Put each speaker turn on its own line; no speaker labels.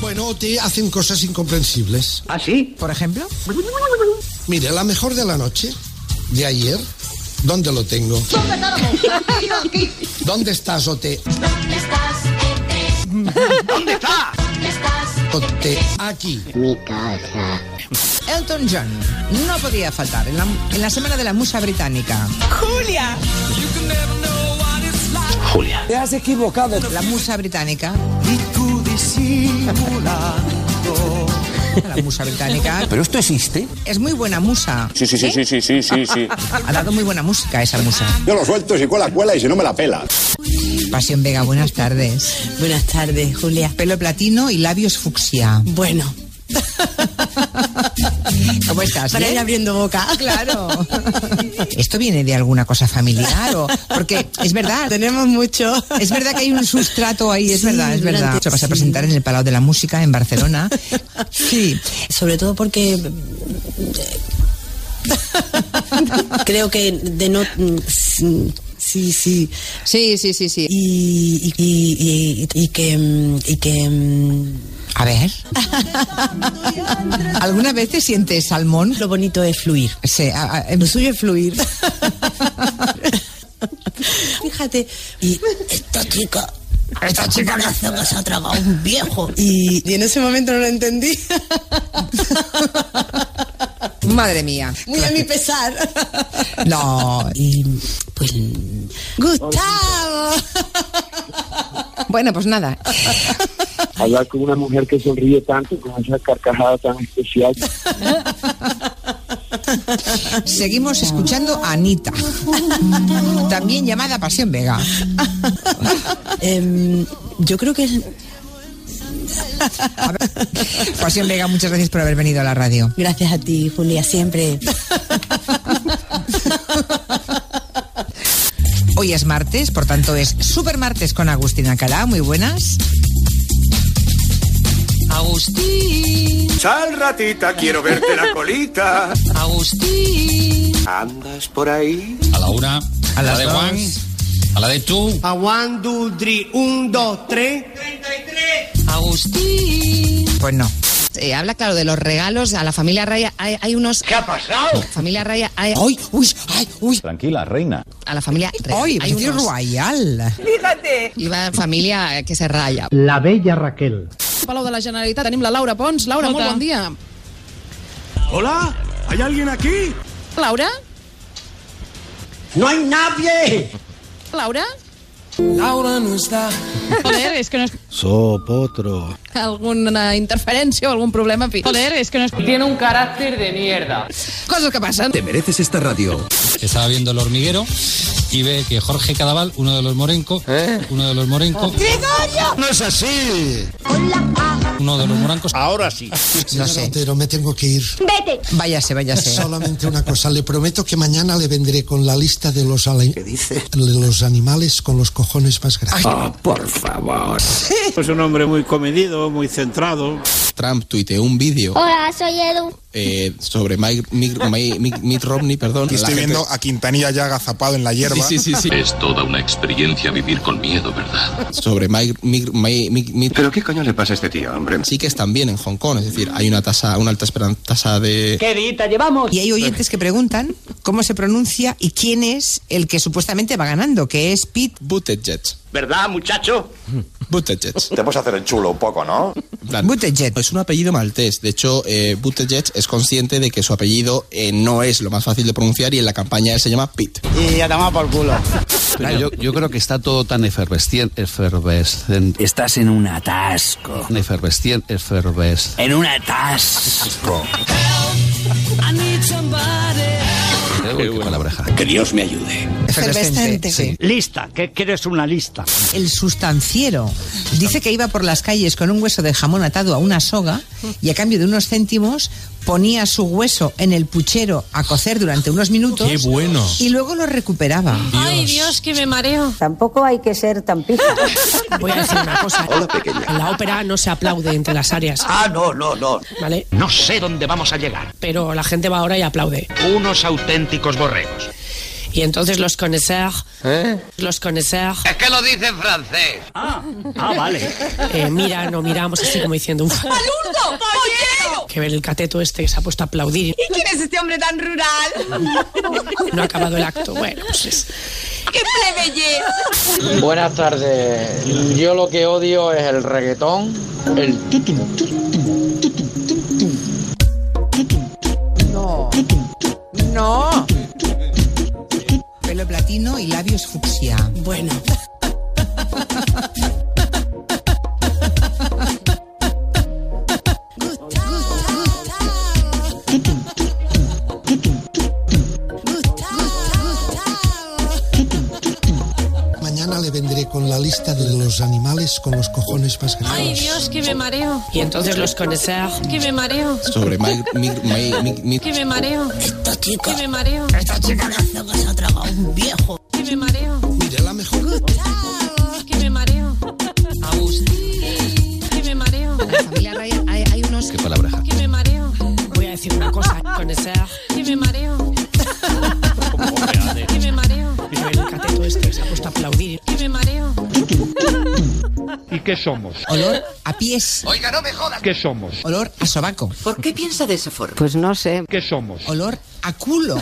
Bueno, te hacen cosas incomprensibles.
¿Ah, sí?
Por ejemplo.
Mire, la mejor de la noche, de ayer, ¿dónde lo tengo?
¿Dónde estamos? Aquí,
¿Dónde estás, Ote?
¿Dónde estás?
¿Dónde está?
¿Dónde estás?
Ote, aquí.
Elton John no podía faltar en la, en la Semana de la Musa Británica.
Julia.
Julia.
Te has equivocado.
La Musa Británica. La Musa Británica
¿Pero esto existe?
es muy buena musa.
Sí, sí, sí, sí, sí, sí, sí, sí.
Ha dado muy buena música esa musa.
Yo lo suelto si cuela, cuela y si no me la pela.
Pasión Vega, buenas tardes.
Buenas tardes, Julia.
Pelo platino y labios fucsia.
Bueno,
¿Cómo estás?
para
bien?
ir abriendo boca.
Claro. ¿Esto viene de alguna cosa familiar o...? Porque es verdad,
Tenemos mucho.
Es verdad que hay un sustrato ahí, es
Sí,
verdad, es
durante-
verdad. Se vas a
sí.
presentar en el Palau de la Música en Barcelona. Sí.
Sobre todo porque eh, creo que de no sí sí
Sí, sí, sí, sí.
y, y, y- y- y que mm, y que mm,
A ver. ¿Alguna vez te sientes salmón?
lo bonito es fluir
Sí, a- a- em-
lo suyo es fluir fíjate y esta chica esta chica parece que se ha tragado un viejo y, y en ese momento no lo entendí
madre mía.
muy a mi pesar
No.
Oh, y pues Gustavo
Bueno, pues nada.
Hablar con una mujer que sonríe tanto, con esa carcajada tan especial.
Seguimos escuchando a Anita. También llamada Pasión Vega.
Em, yo creo que es-
A ver. Pasión Vega, muchas gracias por haber venido a la radio.
gracias a ti Julia siempre
Hoy es martes, por tanto es Super Martes con Agustín Alcalá. Muy buenas.
Agustín,
Sal ratita, quiero verte la colita.
Agustín,
¿Andas por ahí?
A la una, a la,
las
de
dos.
Juan, a la de tú.
a one, two, three, un, dos, tres. Agustín,
Pues no.
Eh, habla claro de los regalos a la familia Raya. Hay, hay unos. ¿Qué ha pasado? Familia Raya. Hay,
¡Ay! ¡Uy! ¡Ay! ¡Uy!
Tranquila, reina.
a la familia Raya.
¡Ay!
hay
¡Vestido royal!
Y va familia eh, que se raya.
La bella Raquel.
Palau de la Generalitat tenim la Laura Pons. Laura, molt bon dia.
Hola, ¿hay alguien aquí?
Laura?
¡No hay nadie!
Laura?
Laura no está.
Joder, és que no és... Sopotro. Alguna interferència o algun problema, en fi. Joder, és que no és...
Tiene un carácter de mierda.
Coses que passen.
Te mereces esta radio.
Estaba viendo el hormiguero y ve que Jorge Cadaval, uno de los morencos, uno de los morencos,
¡No es así!
uno de los morancos.
Ahora sí.
No
Señor
sé.
Otero, me tengo que ir.
Vete.
Váyase, váyase.
Solamente una cosa, le prometo que mañana le vendré con la lista de los, ale- de los animales con los cojones más grandes.
Es un hombre muy comedido, muy centrado.
Trump tuiteó un vídeo
Hola, soy Edu.
eh, sobre Mike, Mick- Mike- Mick- Mitt Romney, perdón. Estoy viendo a Quintanilla ya agazapado en la hierba. Sí, sí, sí. sí.
Es toda una experiencia vivir con miedo, ¿verdad?
Sobre Mike, Mick- Mike- Mick- Mitt
¿Pero qué coño le pasa a este tío, hombre?
sí que están bien en Hong Kong, es decir, hay una tasa, una alta esperan- tasa de
¿Qué dita llevamos?
Y hay oyentes que preguntan cómo se pronuncia y quién es el que supuestamente va ganando, que es Pete.
Buttigieg,
¿Verdad, muchacho?
Buttigieg.
Te puedes hacer el chulo un poco, ¿no?
En plan,
Buttigieg.
Pues,
Es un apellido maltés. De hecho, eh, Buttigieg es consciente de que su apellido eh, no es lo más fácil de pronunciar y en la campaña él se llama Pitt.
Y a tomar por culo.
yo, yo creo que está todo tan efervesciente, efervescente,
Estás en un atasco.
efervesciente, efervescente.
En un atasco.
Qué palabreja.
Que Dios me ayude.
Efervescente,
Sí. Lista, que quieres una lista.
El sustanciero dice que iba por las calles con un hueso de jamón atado a una soga y a cambio de unos céntimos ponía su hueso en el puchero a cocer durante unos minutos.
¡Qué bueno!
Y luego lo recuperaba.
Ay, Dios.
que me mareo.
Tampoco hay que ser tan pija.
voy a decir una cosa
Hola, pequeña.
En la ópera no se aplaude entre las áreas,
Ah, no, no, no.
¿vale?
No sé dónde vamos a llegar.
Pero la gente va ahora y aplaude.
Unos auténticos borregos.
Y entonces los conocer,
¿Eh?
los conocer,
Es que lo dice en francés. Ah,
ah, vale.
eh, miran o miramos así como diciendo, uff,
¡Palurdo! ¡Pollero!
que ver el cateto este que se ha puesto a aplaudir.
¿Y quién es este hombre tan rural?
No ha acabado el acto. Bueno, pues es-
¡Qué plebeyez!
Buenas tardes. Yo lo que odio es el reggaetón, el tutum, tutum, tutum, tutum, tutum, tutum, tutum, tutum.
No. Pelo platino y labios fucsia. Bueno.
Mañana le vendré con la lista de los animales con los cojones más grandes.
Ay, Dios, que me mareo. Y entonces los conocer, que me mareo.
Sobre Mike, Mick- Mike- Mick- Mick-
Que me mareo. Esta chica. Que me mareo. Esta chica no que se ha tragado un viejo. Que me mareo. Mire la mejor. Que me mareo. Que me mareo. La familia Raya hay, hay unos.
Qué palabra.
Que me mareo. Voy a decir una cosa. Conocer. Que me mareo. Que me mareo. El cateto este que se ha puesto a aplaudir. Que me mareo.
¿Y qué somos?
Olor a pies.
Oiga, no me jodas.
¿Qué somos?
Olor a sobaco.
¿Por qué piensa de esa forma?
Pues no sé.
¿Qué somos?
Olor a culo.